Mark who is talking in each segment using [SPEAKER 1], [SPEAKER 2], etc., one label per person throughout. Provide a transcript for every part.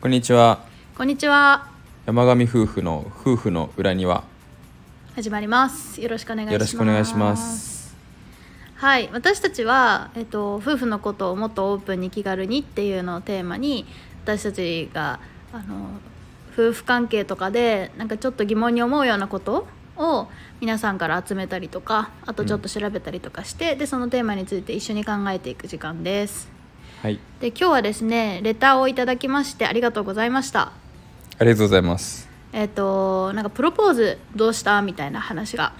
[SPEAKER 1] こんにちは
[SPEAKER 2] こんにちは。
[SPEAKER 1] 山上夫婦の夫婦の裏庭
[SPEAKER 2] 始まります。よろしくお願いします。
[SPEAKER 1] よろしくお願いします。
[SPEAKER 2] はい、私たちはえっと夫婦のことをもっとオープンに気軽にっていうのをテーマに私たちがあの夫婦関係とかでなんかちょっと疑問に思うようなことを皆さんから集めたりとか、あとちょっと調べたりとかして、でそのテーマについて一緒に考えていく時間です。
[SPEAKER 1] はい
[SPEAKER 2] で今日はですねレターをいただきましてありがとうございました。
[SPEAKER 1] ありがとうございます
[SPEAKER 2] えっとなんかプロポーズどうしたみたいな話が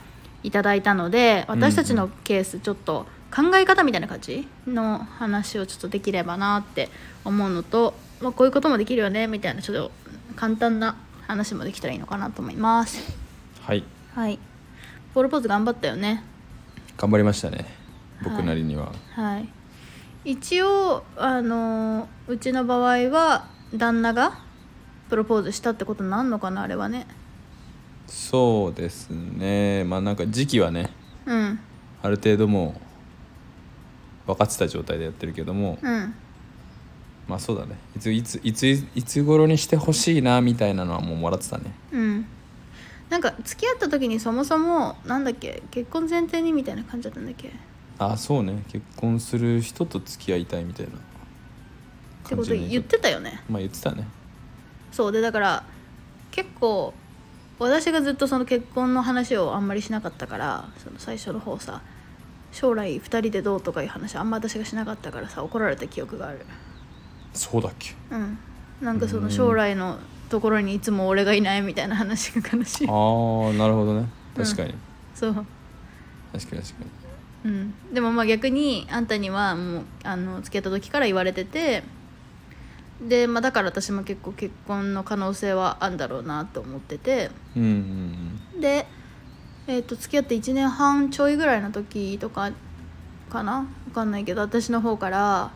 [SPEAKER 2] いただいたので私たちのケースちょっと考え方みたいな感じの話をちょっとできればなって思うのと、まあ、こういうこともできるよねみたいなちょっと簡単な話もできたらいいのかなと思います
[SPEAKER 1] はい
[SPEAKER 2] はいプロポーズ頑張ったよね
[SPEAKER 1] 頑張りましたね
[SPEAKER 2] はい
[SPEAKER 1] 僕なりには、
[SPEAKER 2] はい一応あのうちの場合は旦那がプロポーズしたってことになんのかなあれはね
[SPEAKER 1] そうですねまあなんか時期はね
[SPEAKER 2] うん
[SPEAKER 1] ある程度もう分かってた状態でやってるけども、
[SPEAKER 2] うん
[SPEAKER 1] まあそうだねいついついついつ頃にしてほしいなみたいなのはもうもらってたね
[SPEAKER 2] うんなんか付き合った時にそもそもなんだっけ結婚前提にみたいな感じだったんだっけっ
[SPEAKER 1] あそうね結婚する人と付き合いたいみたいな
[SPEAKER 2] て
[SPEAKER 1] 感
[SPEAKER 2] こ
[SPEAKER 1] じ
[SPEAKER 2] と
[SPEAKER 1] でね
[SPEAKER 2] 言ってたよね
[SPEAKER 1] まあ言ってたね
[SPEAKER 2] そうでだから結構私がずっとその結婚の話をあんまりしなかったからその最初の方さ将来2人でどうとかいう話あんま私がしなかったからさ怒られた記憶がある
[SPEAKER 1] そうだっけ
[SPEAKER 2] うんなんかその将来のところにいつも俺がいないみたいな話が悲しい
[SPEAKER 1] ああなるほどね確かに、
[SPEAKER 2] そう
[SPEAKER 1] 確かに確かに
[SPEAKER 2] うん、でもまあ逆にあんたにはもうあの付き合った時から言われててで、まあ、だから私も結構結婚の可能性はあるんだろうなと思ってて
[SPEAKER 1] うんうんうん
[SPEAKER 2] で、えー、と付き合って1年半ちょいぐらいの時とかかな分かんないけど私の方から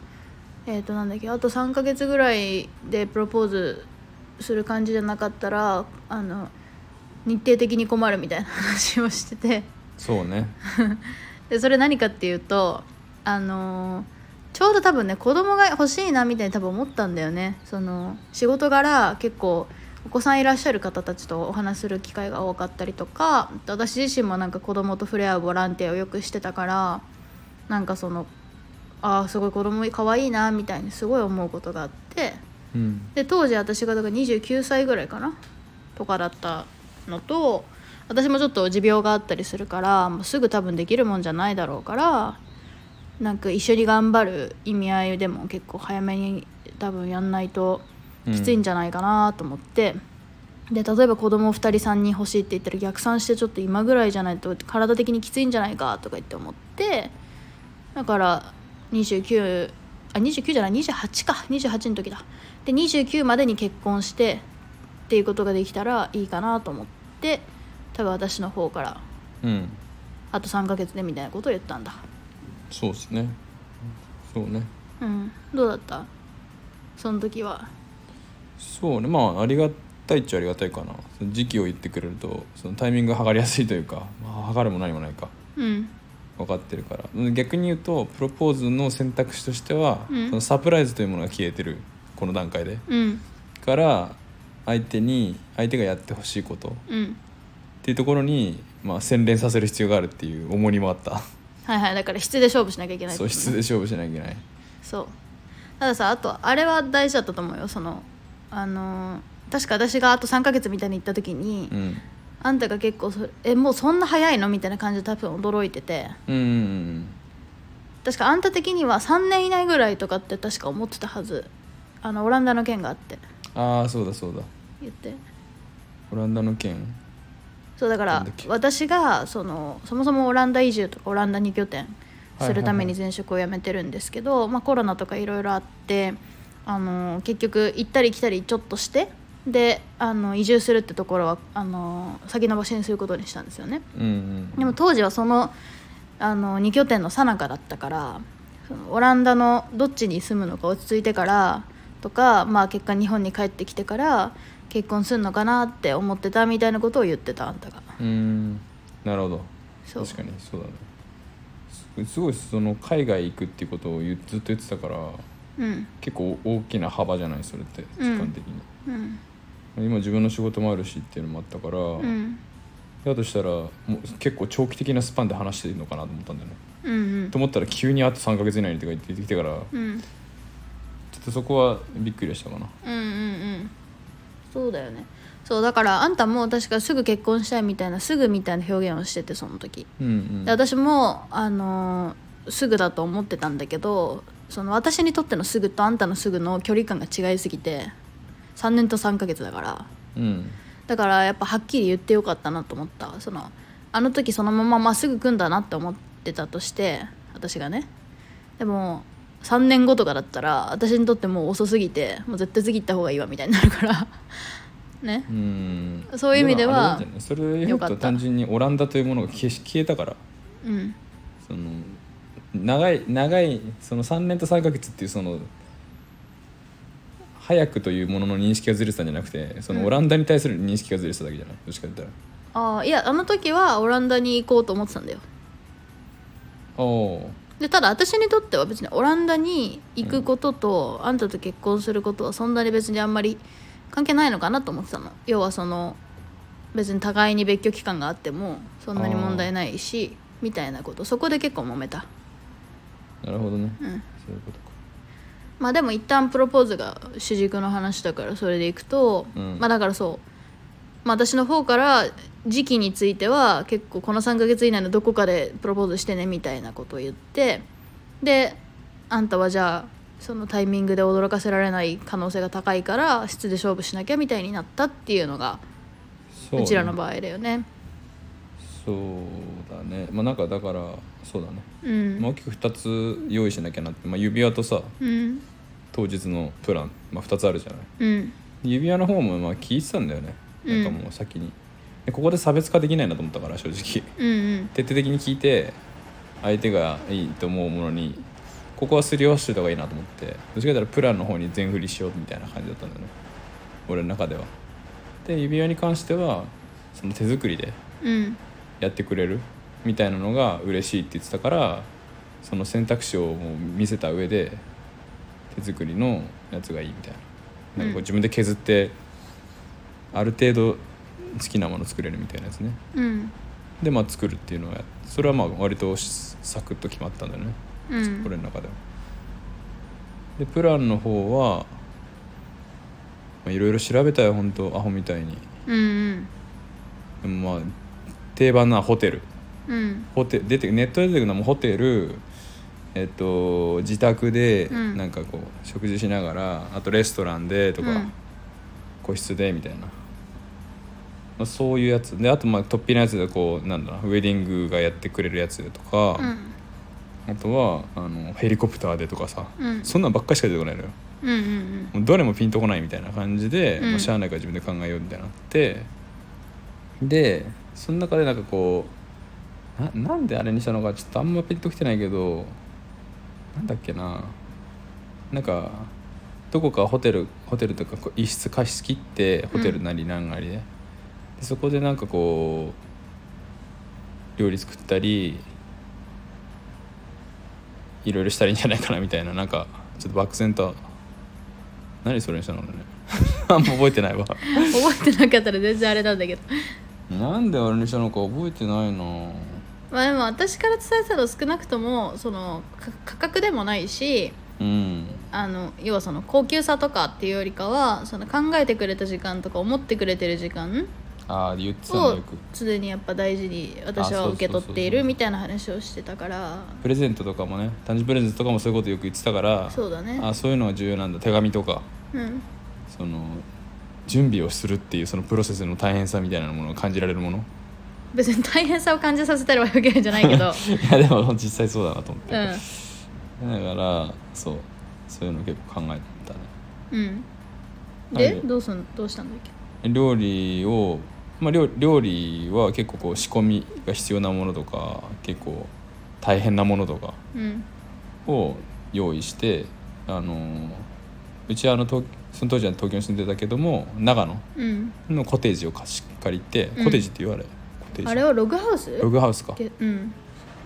[SPEAKER 2] えっ、となんだっけあと3ヶ月ぐらいでプロポーズする感じじゃなかったらあの日程的に困るみたいな話をしてて。
[SPEAKER 1] そうね
[SPEAKER 2] でそれ何かっていうとあのーちょうど多分ね子供が欲しいなみたいに多分思ったんだよねその仕事柄結構お子さんいらっしゃる方たちとお話しする機会が多かったりとか私自身もなんか子供と触れ合うボランティアをよくしてたからなんかそのああすごい子供可愛いなみたいにすごい思うことがあって
[SPEAKER 1] うん
[SPEAKER 2] で当時私がだから29歳ぐらいかなとかだったのと私もちょっと持病があったりするからもうすぐ多分できるもんじゃないだろうからなんか一緒に頑張る意味合いでも結構早めに多分やんないときついんじゃないかなと思って、で例えば子供2人3人欲しいって言ったら逆算してちょっと今ぐらいじゃないと体的にきついんじゃないかとか言って思ってだから29あ29じゃない28か28の時だで29までに結婚してっていうことができたらいいかなと思って多分私の方から
[SPEAKER 1] うん
[SPEAKER 2] あと3ヶ月でみたいなことを言ったんだ
[SPEAKER 1] そうですねそうね
[SPEAKER 2] うんどうだったその時は
[SPEAKER 1] そうねまあありがたいっちゃありがたいかなその時期を言ってくれるとそのタイミングが測りやすいというか、まあ、測るも何もないか
[SPEAKER 2] うん
[SPEAKER 1] 分かってるからうん逆に言うとプロポーズの選択肢としては、
[SPEAKER 2] うん
[SPEAKER 1] そのサプライズというものが消えてるこの段階で
[SPEAKER 2] うん
[SPEAKER 1] から相手に相手がやってほしいことっ
[SPEAKER 2] うん
[SPEAKER 1] ていうところに、まあ、洗練させる必要があるっていう重荷もあった
[SPEAKER 2] はいはいだから質で勝負しなきゃいけないって
[SPEAKER 1] 素
[SPEAKER 2] こ
[SPEAKER 1] 質
[SPEAKER 2] とね
[SPEAKER 1] で勝負しなきゃいけない
[SPEAKER 2] そうたださあとあれは大事だったと思うよそのあのー確か私があと3ヶ月みたいに行った時に、
[SPEAKER 1] うん
[SPEAKER 2] あんたが結構そえもうそんな早いのみたいな感じで多分驚いてて
[SPEAKER 1] うんうんうん
[SPEAKER 2] 確かあんた的には3年以内ぐらいとかって確か思ってたはずあのオランダの件があって
[SPEAKER 1] ああそうだそうだ
[SPEAKER 2] 言って
[SPEAKER 1] オランダの件
[SPEAKER 2] そうだか
[SPEAKER 1] なん
[SPEAKER 2] ら
[SPEAKER 1] だっけ
[SPEAKER 2] 私がそのそもそもオランダ移住とかオランダに拠点するために
[SPEAKER 1] はい
[SPEAKER 2] 前職を辞めてるんですけど、まあ、コロナとかいろいろあってあの結局行ったり来たりちょっとしてであの移住するってところはあの先延ばしにすることにしたんですよね。
[SPEAKER 1] うんうん
[SPEAKER 2] でも当時はそのあの2拠点の最中だったからそのオランダのどっちに住むのか落ち着いてからとか、まあ、結果日本に帰ってきてから結婚するのかなって思ってたみたいなことを言ってたあんたが
[SPEAKER 1] うーんなるほど
[SPEAKER 2] そう
[SPEAKER 1] 確かにそうだねすごいその海外行くっていうことを言うずっと言ってたから
[SPEAKER 2] うん
[SPEAKER 1] 結構大きな幅じゃないそれって時間的に、
[SPEAKER 2] うん
[SPEAKER 1] 今自分の仕事もあるしっていうのもあったから、
[SPEAKER 2] うん
[SPEAKER 1] だとしたらもう結構長期的なスパンで話していいのかなと思ったんだよね、
[SPEAKER 2] うんうん
[SPEAKER 1] と思ったら急にあと3ヶ月以内にとか言って出てきてからちょ
[SPEAKER 2] うん
[SPEAKER 1] っとそこはびっくりはしたかな
[SPEAKER 2] うんうんうんそうだよねそうだからあんたも確かすぐ結婚したいみたいなすぐみたいな表現をしててその時
[SPEAKER 1] うんうん
[SPEAKER 2] で私も、あのーすぐだと思ってたんだけどその私にとってのすぐとあんたのすぐの距離感が違いすぎて3年と3ヶ月だから
[SPEAKER 1] うん
[SPEAKER 2] だからやっぱはっきり言ってよかったなと思ったそのあの時そのまままっすぐ組んだなって思ってたとして私がねでも3年後とかだったら私にとってもう遅すぎてもう絶対過ぎた方がいいわみたいになるから ね
[SPEAKER 1] うん
[SPEAKER 2] そういう意味では
[SPEAKER 1] あれだよねそれで言
[SPEAKER 2] よ
[SPEAKER 1] う
[SPEAKER 2] かった
[SPEAKER 1] と単純にオランダというものが消し消えたから
[SPEAKER 2] うん
[SPEAKER 1] その長い長いその3年と3ヶ月っていうその早くというものの認識がずれてたんじゃなくてそ
[SPEAKER 2] うん
[SPEAKER 1] のオランダに対する認識がずれてただけじゃないどっちかって言っ
[SPEAKER 2] ああいやあの時はオランダに行こうと思ってたんだよ
[SPEAKER 1] たらおー
[SPEAKER 2] でただ私にとっては別にオランダに行くことと、あんたと結婚することはそんなに別にあんまり関係ないのかなと思ってたの要はその別に互いに別居期間があってもそんなに問題ないしみたいなことそこで結構揉めた
[SPEAKER 1] なるほどね、
[SPEAKER 2] うん
[SPEAKER 1] そういうことか
[SPEAKER 2] まあでも一旦プロポーズが主軸の話だからそれでいくと、
[SPEAKER 1] うん
[SPEAKER 2] まあだからそう、まあ、私の方から時期については結構この3ヶ月以内のどこかでプロポーズしてねみたいなことを言ってであんたはじゃあそのタイミングで驚かせられない可能性が高いから質で勝負しなきゃみたいになったっていうのが
[SPEAKER 1] そうね
[SPEAKER 2] ちらの場合だよね。
[SPEAKER 1] そうだねまあなんかだからそうだね、
[SPEAKER 2] うん、
[SPEAKER 1] まあ、大きく2つ用意しなきゃなって、まあ、指輪とさ
[SPEAKER 2] うん
[SPEAKER 1] 当日のプラン、まあ、2つあるじゃない
[SPEAKER 2] うん
[SPEAKER 1] 指輪の方もまあ聞いてたんだよねなんかもう先に、でここで差別化できないなと思ったから正直
[SPEAKER 2] うんうん
[SPEAKER 1] 徹底的に聞いて相手がいいと思うものにここはすり合わせてた方がいいなと思ってどっちかというとプランの方に全振りしようみたいな感じだったんだよね俺の中ではで指輪に関してはその手作りで
[SPEAKER 2] うん
[SPEAKER 1] やってくれるみたいなのが嬉しいって言ってたからその選択肢をもう見せた上で手作りのやつがいいみたいななんかこう自分で削ってある程度好きなもの作れるみたいなやつね
[SPEAKER 2] うん
[SPEAKER 1] でまあ作るっていうのはそれはまあ割としサクッと決まったんだよね
[SPEAKER 2] うん
[SPEAKER 1] 俺の中では。でプランの方はまあいろいろ調べたよ本当アホみたいに
[SPEAKER 2] うん
[SPEAKER 1] でもまあ定番なホテル
[SPEAKER 2] うん
[SPEAKER 1] ホテ出てネットで出てくるのはもうホテルえっと自宅で
[SPEAKER 2] うん
[SPEAKER 1] なんかこう食事しながらあとレストランでとか、
[SPEAKER 2] うん
[SPEAKER 1] 個室でみたいな、まあ、そういうやつであとまあ突飛なやつでこうなんだろうウェディングがやってくれるやつとか、
[SPEAKER 2] うん
[SPEAKER 1] あとはあのヘリコプターでとかさ、
[SPEAKER 2] うん
[SPEAKER 1] そんなんばっかりしか出てこないのよ
[SPEAKER 2] うんうん
[SPEAKER 1] もうどれもピンとこないみたいな感じで、
[SPEAKER 2] うん
[SPEAKER 1] もうしゃあないから自分で考えようみたいになってでその中でなんかこうななんであれにしたのかちょっとあんまピンときてないけどなんだっけななんかどこかホテルホテルとかこう一室貸し切ってホテルなりなんなりで,、でそこでなんかこう料理作ったりいろいろしたらいいんじゃないかなみたいななんかちょっと漠然と何それにしたのかね あんま覚えてないわ
[SPEAKER 2] 覚えてなかったら全然あれなんだけど
[SPEAKER 1] なんであれにしたのか覚えてないな
[SPEAKER 2] まあでも私から伝えたら少なくともそのか価格でもないし
[SPEAKER 1] うん
[SPEAKER 2] あの要はその高級さとかっていうよりかはその考えてくれた時間とか思ってくれてる時間
[SPEAKER 1] ああ言ってたんだ
[SPEAKER 2] を
[SPEAKER 1] よく
[SPEAKER 2] 常にやっぱ大事に私
[SPEAKER 1] あ
[SPEAKER 2] は
[SPEAKER 1] そうそうそうそう
[SPEAKER 2] 受け取っているみたいな話をしてたから
[SPEAKER 1] プレゼントとかもね誕生日プレゼントとかもそういうことよく言ってたから
[SPEAKER 2] そうだね
[SPEAKER 1] あそういうのが重要なんだ手紙とか
[SPEAKER 2] うん
[SPEAKER 1] その準備をするっていうそのプロセスの大変さみたいなものを感じられる もの
[SPEAKER 2] 別に大変さを感じさせたらわけじゃないけど
[SPEAKER 1] いやでも実際 そうだなと思っ
[SPEAKER 2] う
[SPEAKER 1] て、
[SPEAKER 2] ん
[SPEAKER 1] だからそうそういうの結構考えたね
[SPEAKER 2] うん
[SPEAKER 1] な
[SPEAKER 2] で
[SPEAKER 1] んで
[SPEAKER 2] どうすんどうしたんだっけ
[SPEAKER 1] 料理を、まあ、料料理は結構こう仕込みが必要なものとか結構大変なものとか
[SPEAKER 2] うん
[SPEAKER 1] を用意してあのうちはあの東その当時は東京に住んでたけども長野
[SPEAKER 2] うん
[SPEAKER 1] のコテージを貸し借りて、
[SPEAKER 2] うん
[SPEAKER 1] コテージって言われコテージ
[SPEAKER 2] あれはログハウス
[SPEAKER 1] ログハウスか
[SPEAKER 2] けうん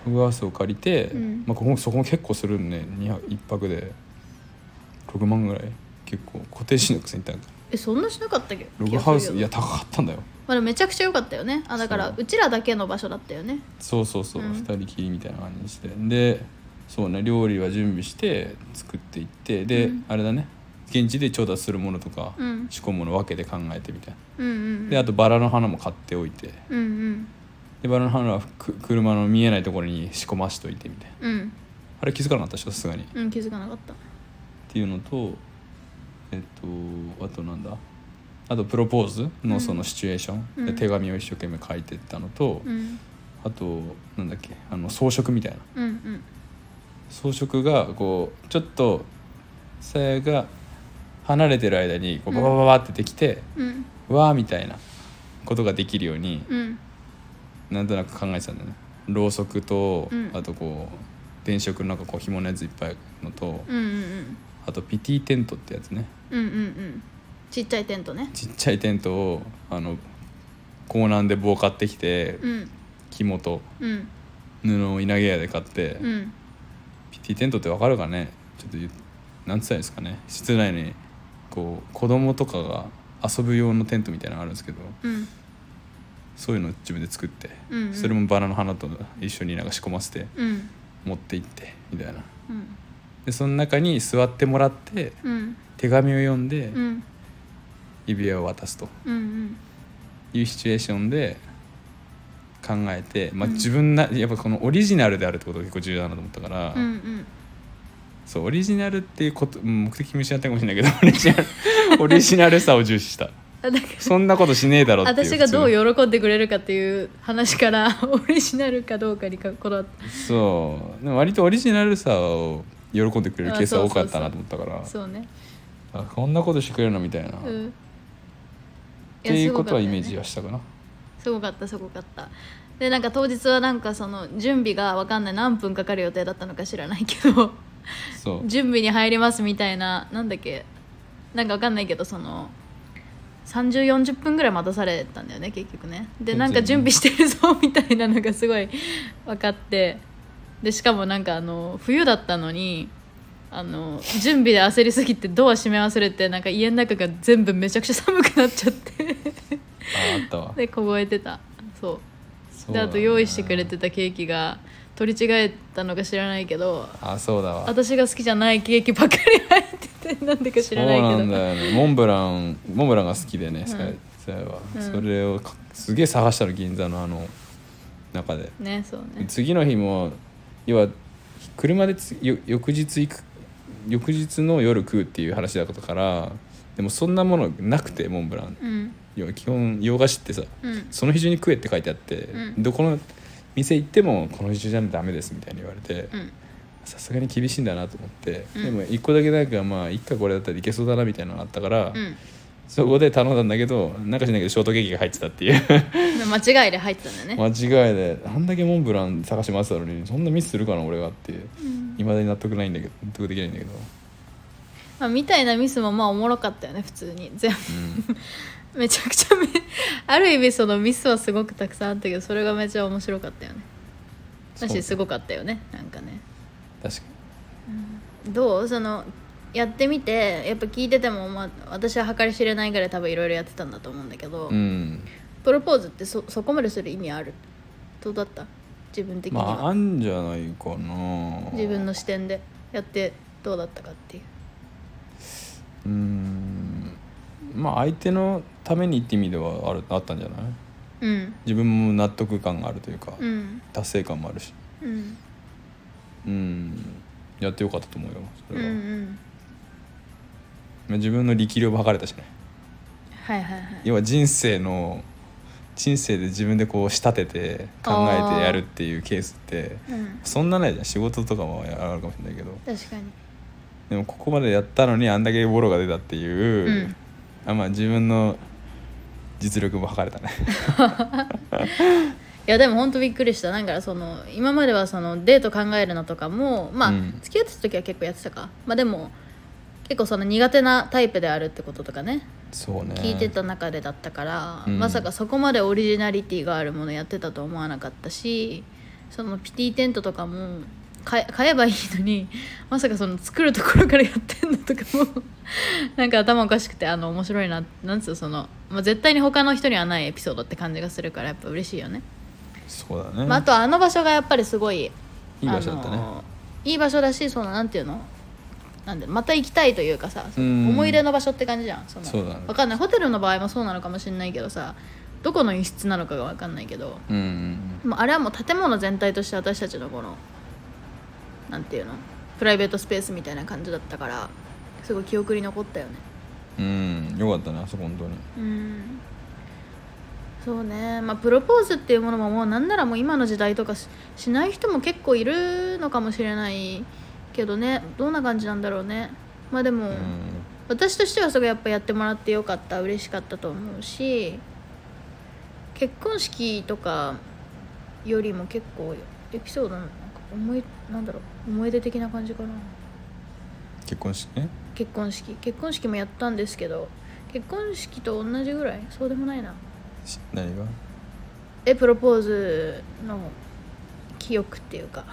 [SPEAKER 1] ウグハウスを借りて、
[SPEAKER 2] うん
[SPEAKER 1] まあ、ここそこも結構するんで、ね、1泊で6万ぐらい結構固定しなくせに行ったんか
[SPEAKER 2] えそんなしなかったっけ
[SPEAKER 1] ログハウス
[SPEAKER 2] 記憶
[SPEAKER 1] い
[SPEAKER 2] よ
[SPEAKER 1] や高かったんだよ
[SPEAKER 2] まあ、でもめちゃくちゃ良かったよねあだから
[SPEAKER 1] そう
[SPEAKER 2] うちらだけの場所だったよね
[SPEAKER 1] そうそうそう、
[SPEAKER 2] う
[SPEAKER 1] 二
[SPEAKER 2] ん
[SPEAKER 1] 2人きりみたいな感じにしてでそうね料理は準備して作っていってで、
[SPEAKER 2] うん
[SPEAKER 1] あれだね現地で調達するものとか、
[SPEAKER 2] うん
[SPEAKER 1] 仕込むもの分けて考えてみたい
[SPEAKER 2] うんうん
[SPEAKER 1] なであとバラの花も買っておいて
[SPEAKER 2] うんうん
[SPEAKER 1] でバラの花はく車の見えないところに仕込ましといてみたいな
[SPEAKER 2] うん
[SPEAKER 1] あれ気づかなかったでしょさすがに
[SPEAKER 2] うん気づかなかった
[SPEAKER 1] っていうのとえっとあとなんだあとプロポーズのそのシチュエーション、
[SPEAKER 2] うん
[SPEAKER 1] で手紙を一生懸命書いてったのと、
[SPEAKER 2] うん
[SPEAKER 1] あとなんだっけあの装飾みたいな
[SPEAKER 2] うんうん
[SPEAKER 1] 装飾がこうちょっとさやが離れてる間にこうバ
[SPEAKER 2] うん
[SPEAKER 1] バババってできて、
[SPEAKER 2] うん
[SPEAKER 1] わーみたいなことができるように
[SPEAKER 2] うん
[SPEAKER 1] なんとなく考えてたんだよねろうそくと、
[SPEAKER 2] うん
[SPEAKER 1] あとこう電飾のなんかこう紐のやついっぱいのと
[SPEAKER 2] うんうん
[SPEAKER 1] あとピティテントってやつね
[SPEAKER 2] うんうんうんうんちっちゃいテントね
[SPEAKER 1] ちっちゃいテントをあの港南で棒買ってきて、
[SPEAKER 2] うん
[SPEAKER 1] 紐と
[SPEAKER 2] うん
[SPEAKER 1] 布を稲毛屋で買って、
[SPEAKER 2] うん
[SPEAKER 1] ピティテントってわかるかねちょっと言うなんつったらいいんですかね室内にこう子供とかが遊ぶ用のテントみたいなのがあるんですけど
[SPEAKER 2] うん
[SPEAKER 1] そういうのを自分で作って、
[SPEAKER 2] うんうん
[SPEAKER 1] それもバラの花と一緒になんか仕込ませて
[SPEAKER 2] うん
[SPEAKER 1] 持って行ってみたいな
[SPEAKER 2] うん
[SPEAKER 1] でその中に座ってもらって
[SPEAKER 2] うん
[SPEAKER 1] 手紙を読んで
[SPEAKER 2] うん
[SPEAKER 1] 指輪を渡すと
[SPEAKER 2] うんうん
[SPEAKER 1] いうシチュエーションで考えて、まあ、
[SPEAKER 2] うん
[SPEAKER 1] 自分なやっぱこのオリジナルであるってことが結構重要だなと思ったから、
[SPEAKER 2] うんうんそ
[SPEAKER 1] そ
[SPEAKER 2] う
[SPEAKER 1] うオリジナルっていうことうん目的見失ったかもしれないけどオ リジナルオリジナルさを重視した
[SPEAKER 2] あだから
[SPEAKER 1] そんなことしねえだろっていう
[SPEAKER 2] 私がど
[SPEAKER 1] 普
[SPEAKER 2] う喜んでくれるかっていう話から オリジナルかどうかにかこだわっ
[SPEAKER 1] 通そうでも割とオリジナルさを喜んでくれるケースが多
[SPEAKER 2] あそうそうそう
[SPEAKER 1] かったなと思ったから
[SPEAKER 2] たそうね
[SPEAKER 1] あこんなことしてくれるのみたいな、
[SPEAKER 2] う
[SPEAKER 1] っ
[SPEAKER 2] んや
[SPEAKER 1] ていうことはイメー
[SPEAKER 2] すごかったよね
[SPEAKER 1] ジはしたかな
[SPEAKER 2] すごかったすごかったでなんか当日はなんかその準備がわかんない何分かかる予定だったのか知らないけど
[SPEAKER 1] そう
[SPEAKER 2] 準備に入りますみたいななんだっけなんかわかんないけどその3040分ぐらい待たされたんだよね結局ね
[SPEAKER 1] 全
[SPEAKER 2] で
[SPEAKER 1] 然
[SPEAKER 2] なんか準備してるぞみたいなのがすごい分かってでしかもなんかあの冬だったのにあの準備で焦りすぎてドア閉め忘れてなんか家の中が全部めちゃくちゃ寒くなっちゃって
[SPEAKER 1] ああったわ
[SPEAKER 2] で凍えてたそう
[SPEAKER 1] そう
[SPEAKER 2] で
[SPEAKER 1] だ
[SPEAKER 2] あ
[SPEAKER 1] な
[SPEAKER 2] と用意してくれてたケーキが取り違えたのか知らないけど
[SPEAKER 1] あそうだわ
[SPEAKER 2] 私が好きじゃないケーキばっかり入っててなんでか知らないけど
[SPEAKER 1] そうなんだよねモンブランモンブランが好きでねさやさやは、
[SPEAKER 2] うん
[SPEAKER 1] それをかすげえ探したの銀座のあの中で
[SPEAKER 2] ねそうね
[SPEAKER 1] 次の日も要は車でつよ翌日行く翌日の夜食うっていう話だったからでもそんなものなくてモンブラン
[SPEAKER 2] うん
[SPEAKER 1] 要は基本洋菓子ってさ
[SPEAKER 2] うん
[SPEAKER 1] その日中に食えって書いてあって、
[SPEAKER 2] うん
[SPEAKER 1] どこの店行ってもこの日中じゃダメですみたいに言われて
[SPEAKER 2] うん
[SPEAKER 1] さすがに厳しいんだなと思って、
[SPEAKER 2] うん
[SPEAKER 1] でも一個だけなんかまあ一回これだったらいけそうだなみたいなのがあったから、
[SPEAKER 2] うん
[SPEAKER 1] そこで頼んだんだけどなんかしないけどショートケーキが入ってたっていう
[SPEAKER 2] 間違いで入ってたんだよ ね
[SPEAKER 1] 間違いであんだけモンブラン探してましたのにそんなミスするかな俺がっていう
[SPEAKER 2] うん
[SPEAKER 1] いまだに納得ないんだけど納得できないんだけど、
[SPEAKER 2] まあ、みたいなミスもまあおもろかったよね普通に全
[SPEAKER 1] うん、
[SPEAKER 2] 部めちゃくちゃめ ある意味そのミスはすごくたくさんあったけどそれがめちゃ面白かったよねだしす
[SPEAKER 1] そう
[SPEAKER 2] ごかったよねなんかね
[SPEAKER 1] 確か
[SPEAKER 2] どうそのやってみてやっぱ聞いてても、まあ、私は計り知れないぐらい多分いろいろやってたんだと思うんだけど、
[SPEAKER 1] にうん
[SPEAKER 2] プロポーズってそそこまでする意味あるどうだった自分的に
[SPEAKER 1] ま
[SPEAKER 2] は、
[SPEAKER 1] ああんじゃないかな
[SPEAKER 2] 自分の視点でやってどうだったかっていう
[SPEAKER 1] うんまあ相手のためにって意味ではあるあったんじゃない
[SPEAKER 2] うん
[SPEAKER 1] 自分も納得感があるというか、
[SPEAKER 2] うん
[SPEAKER 1] 達成感もあるし
[SPEAKER 2] うん
[SPEAKER 1] うんやってよかったと思うよそ
[SPEAKER 2] うんう
[SPEAKER 1] れは、
[SPEAKER 2] ん
[SPEAKER 1] まあ自分の力量も測れたしね
[SPEAKER 2] はいはいはい
[SPEAKER 1] 要は人生の人生で自分でこう仕立てて考えてやるっていうケースって
[SPEAKER 2] うん
[SPEAKER 1] そんなないじゃん仕事とかもあるかもしれないけど
[SPEAKER 2] 確かに
[SPEAKER 1] でもここまでやったのにあんだけボロが出たっていう、
[SPEAKER 2] うん
[SPEAKER 1] あまあ自分の実力も測 れたね
[SPEAKER 2] いやでも本当びっくりしたなんかその今まではそのデート考えるのとかもまあ、
[SPEAKER 1] うん
[SPEAKER 2] 付き合ってた時は結構やってたかまあでも結構その苦手なタイプであるってこととかね
[SPEAKER 1] そうね
[SPEAKER 2] 聞いてた中でだったから、
[SPEAKER 1] うん
[SPEAKER 2] まさかそこまでオリジナリティがあるものやってたと思わなかったしそのピティテントとかも買え買えばいいのに まさかその作るところからやってんのとかも なんか頭おかしくてあの面白いななんつうその、まあ、絶対に他の人にはないエピソードって感じがするからやっぱ嬉しいよね、
[SPEAKER 1] そうだね、
[SPEAKER 2] まあ、あとはあの場所がやっぱりすごい
[SPEAKER 1] いい場所だったね
[SPEAKER 2] あのいい場所だしそのなんていうのなんでまた行きたいというかさその
[SPEAKER 1] うん
[SPEAKER 2] 思い出の場所って感じじゃんその
[SPEAKER 1] そうだね
[SPEAKER 2] わかんないホテルの場合もそうなのかもしれないけどさどこの輸出なのかがわかんないけど
[SPEAKER 1] うんうん
[SPEAKER 2] もうあれはもう建物全体として私たちのこのなんていうのプライベートスペースみたいな感じだったからすごい記憶に残ったよね
[SPEAKER 1] うんうんよかったねあそこ本当に
[SPEAKER 2] うんそうねまあプロポーズっていうものももうなんならもう今の時代とかししない人も結構いるのかもしれないけどねどんな感じなんだろうねまあでも、
[SPEAKER 1] うん
[SPEAKER 2] 私としてはすごいやっぱやってもらってよかった嬉しかったと思うし結婚式とかよりも結構エピソードのなんか思いなんだろう思い出的な感じかな
[SPEAKER 1] 結婚式ね
[SPEAKER 2] 結婚式結婚式もやったんですけど結婚式と同じぐらいそうでもないな
[SPEAKER 1] し何が
[SPEAKER 2] えプロポーズの記憶っていうか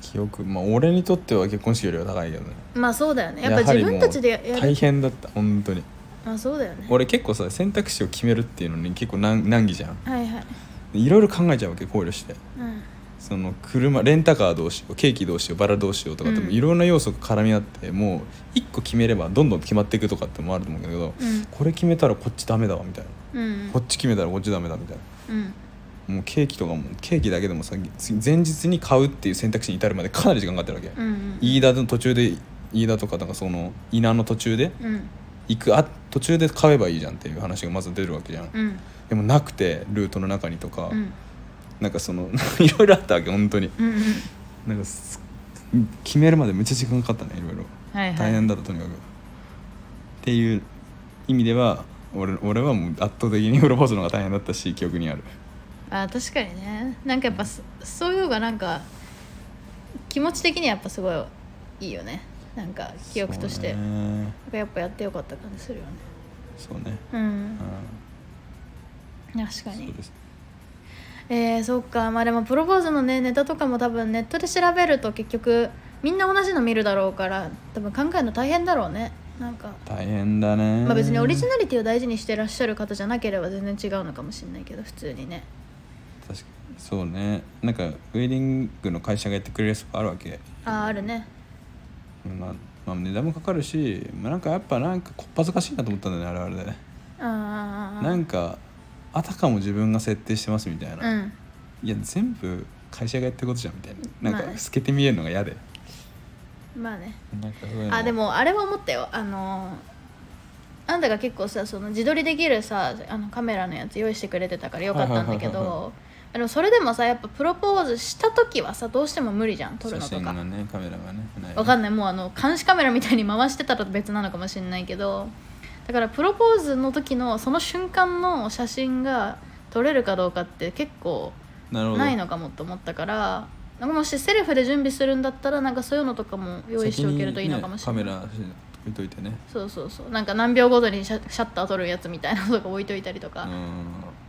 [SPEAKER 1] 記憶まあ俺にとっては結婚式よりは高いけどね
[SPEAKER 2] まあそうだよねやっぱ
[SPEAKER 1] は
[SPEAKER 2] 自
[SPEAKER 1] りもう
[SPEAKER 2] 分たちでややる
[SPEAKER 1] 大変だった本当に
[SPEAKER 2] まあそうだよね
[SPEAKER 1] 俺結構さ選択肢を決めるっていうのに結構難難儀じゃん
[SPEAKER 2] はいはい
[SPEAKER 1] いろいろ考えちゃうわけ考慮して
[SPEAKER 2] うん
[SPEAKER 1] その車レンタカーどうしようケーキどうしようバラどうしようとかって、
[SPEAKER 2] うん
[SPEAKER 1] いろんな要素が絡み合ってもう一個決めればどんどん決まっていくとかってのもあると思うんだけど、
[SPEAKER 2] うん
[SPEAKER 1] これ決めたらこっちダメだわみたいな、
[SPEAKER 2] うん
[SPEAKER 1] こっち決めたらこっちダメだみたいな
[SPEAKER 2] うん
[SPEAKER 1] もうケーキとかもケーキだけでもさ次前日に買うっていう選択肢に至るまでかなり時間かかってるわけ、
[SPEAKER 2] うんうん
[SPEAKER 1] 飯田の途中で飯田とかなんかその稲の途中で
[SPEAKER 2] うん
[SPEAKER 1] 行くあ途中で買えばいいじゃんっていう話がまず出るわけじゃん、
[SPEAKER 2] うん
[SPEAKER 1] でもなくてルートの中にとか、
[SPEAKER 2] うん
[SPEAKER 1] なんかその いろいろあったわけ本当に
[SPEAKER 2] うんうん
[SPEAKER 1] なんかす決めるまでめっちゃ時間かかったねいろいろ
[SPEAKER 2] はいはい
[SPEAKER 1] 大変だったとにかくっていう意味では俺俺はもう圧倒的にプロポーズの方が大変だったし記憶にある
[SPEAKER 2] あ確かにねなんかやっぱそそういうのがなんか気持ち的にはやっぱすごいいいよねなんか記憶として、
[SPEAKER 1] そうね
[SPEAKER 2] なんかやっぱやってよかった感じするよね
[SPEAKER 1] そうね
[SPEAKER 2] うん
[SPEAKER 1] う
[SPEAKER 2] 確か
[SPEAKER 1] んそう
[SPEAKER 2] に
[SPEAKER 1] です
[SPEAKER 2] えー、そっかまあでもプロポーズのねネタとかも多分ネットで調べると結局みんな同じの見るだろうから多分考えるの大変だろうねなんか、
[SPEAKER 1] 大変だね
[SPEAKER 2] まあ、別にオリジナリティを大事にしてらっしゃる方じゃなければ全然違うのかもしれないけど普通にね
[SPEAKER 1] 確かにそうねなんかウェディングの会社がやってくれるやつもあるわけ
[SPEAKER 2] あああるね
[SPEAKER 1] まあ、まあ値段もかかるし、まあ、なんかやっぱなんかこっぱずかしいなと思ったんだよねあれはあれでね
[SPEAKER 2] あーあーあー
[SPEAKER 1] なんかあたかも自分が設定してますみたいな、
[SPEAKER 2] うん
[SPEAKER 1] いや全部会社がやってることじゃんみたいななん
[SPEAKER 2] まあね
[SPEAKER 1] か透けて見えるのが嫌で
[SPEAKER 2] まあね
[SPEAKER 1] なんかそういうの
[SPEAKER 2] あでもあれは思ったよあのあんたが結構さその自撮りできるさあのカメラのやつ用意してくれてたからよかったんだけ
[SPEAKER 1] はいはいはいはい
[SPEAKER 2] どでもそれでもさやっぱプロポーズした時はさどうしても無理じゃん撮るの
[SPEAKER 1] 写
[SPEAKER 2] と
[SPEAKER 1] 真が
[SPEAKER 2] か
[SPEAKER 1] ねカメラがねない
[SPEAKER 2] わかんないもうあの監視カメラみたいに回してたら別なのかもしれないけどだからプロポーズの時のその瞬間の写真が撮れるかどうかって結構
[SPEAKER 1] なるほど
[SPEAKER 2] ないのかもと思ったからなんかもしセルフで準備するんだったらなんかそういうのとかも用意しておけるといいのかもしれない、
[SPEAKER 1] 先にね、カメラ置いといてね
[SPEAKER 2] そうそうそうなんか何秒ごとにシャシャッター取るやつみたいなのとか置いといたりと
[SPEAKER 1] う
[SPEAKER 2] か、
[SPEAKER 1] ん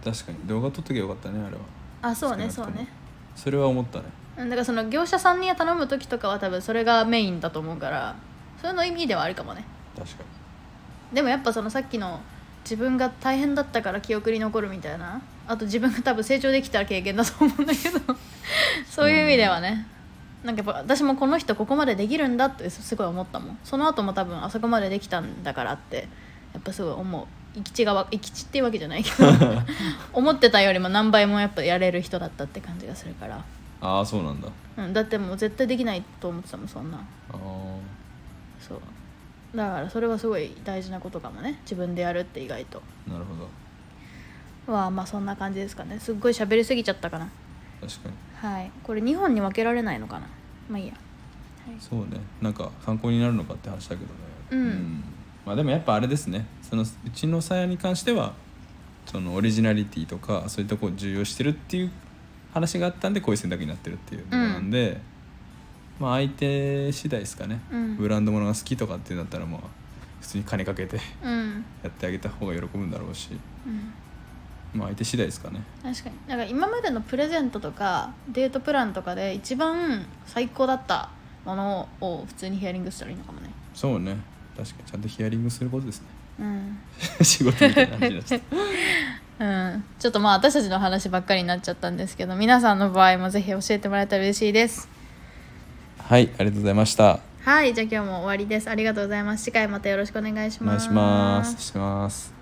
[SPEAKER 1] 確かに動画撮っときゃよかったねあれは
[SPEAKER 2] あそうね
[SPEAKER 1] 少
[SPEAKER 2] そ
[SPEAKER 1] な
[SPEAKER 2] う
[SPEAKER 1] くとも
[SPEAKER 2] ね
[SPEAKER 1] それは思ったね
[SPEAKER 2] うんだからその業者さんに頼む時とかは多分それがメインだと思うからそういうの意味ではあるかもね
[SPEAKER 1] 確か
[SPEAKER 2] でもやっぱそのさっきの自分が大変だったから記憶に残るみたいなあと自分が多分成長できた経験だと思うんだけど そういう意味ではね、なんかやっぱ私もこの人ここまでできるんだってすごい思ったもんその後も多分あそこまでできたんだからってやっぱすごい思う行き地がわ行き地っていうわけじゃないけど思ってたよりも何倍もやっぱやれる人だったって感じがするから、
[SPEAKER 1] にああそうなんだ
[SPEAKER 2] うん、だってもう絶対できないと思ってたもんそんな
[SPEAKER 1] あー
[SPEAKER 2] そうだからそれはすごい大事なことかもね自分でやるって意外と。
[SPEAKER 1] なるほど
[SPEAKER 2] はまあそんな感じですかねすっごい喋りすぎちゃったかな
[SPEAKER 1] 確かに
[SPEAKER 2] はいこれ2本に分けられないのかなまあいいや、はい、
[SPEAKER 1] そうねなんか参考になるのかって話だけどね
[SPEAKER 2] うん
[SPEAKER 1] まあでもやっぱあれですねそのうちのさやに関してはそのオリジナリティとかそういうとこを重要してるっていう話があったんでこういう選択になってるっていうのなんで、まあ相手次第ですかね、
[SPEAKER 2] うん
[SPEAKER 1] ブランドものが好きとかってなったらまあ普通に金かけて
[SPEAKER 2] うん
[SPEAKER 1] やってあげた方が喜ぶんだろうし
[SPEAKER 2] うん
[SPEAKER 1] まあ相手次第ですかね
[SPEAKER 2] 確かになんか今までのプレゼントとかデートプランとかで一番最高だったものを普通にヒアリングしたらいいのかもね
[SPEAKER 1] そうね確かにちゃんとヒアリングすることですね
[SPEAKER 2] うん、
[SPEAKER 1] 仕事みたいな話だし
[SPEAKER 2] うん、ちょっとまあ私たちの話ばっかりになっちゃったんですけど皆さんの場合もぜひ教えてもらえたら嬉しいです
[SPEAKER 1] はいありがとうございました
[SPEAKER 2] はいじゃあ今日も終わりですありがとうございます次回またよろしくお願いし
[SPEAKER 1] お
[SPEAKER 2] ま
[SPEAKER 1] 願い
[SPEAKER 2] す
[SPEAKER 1] します失礼します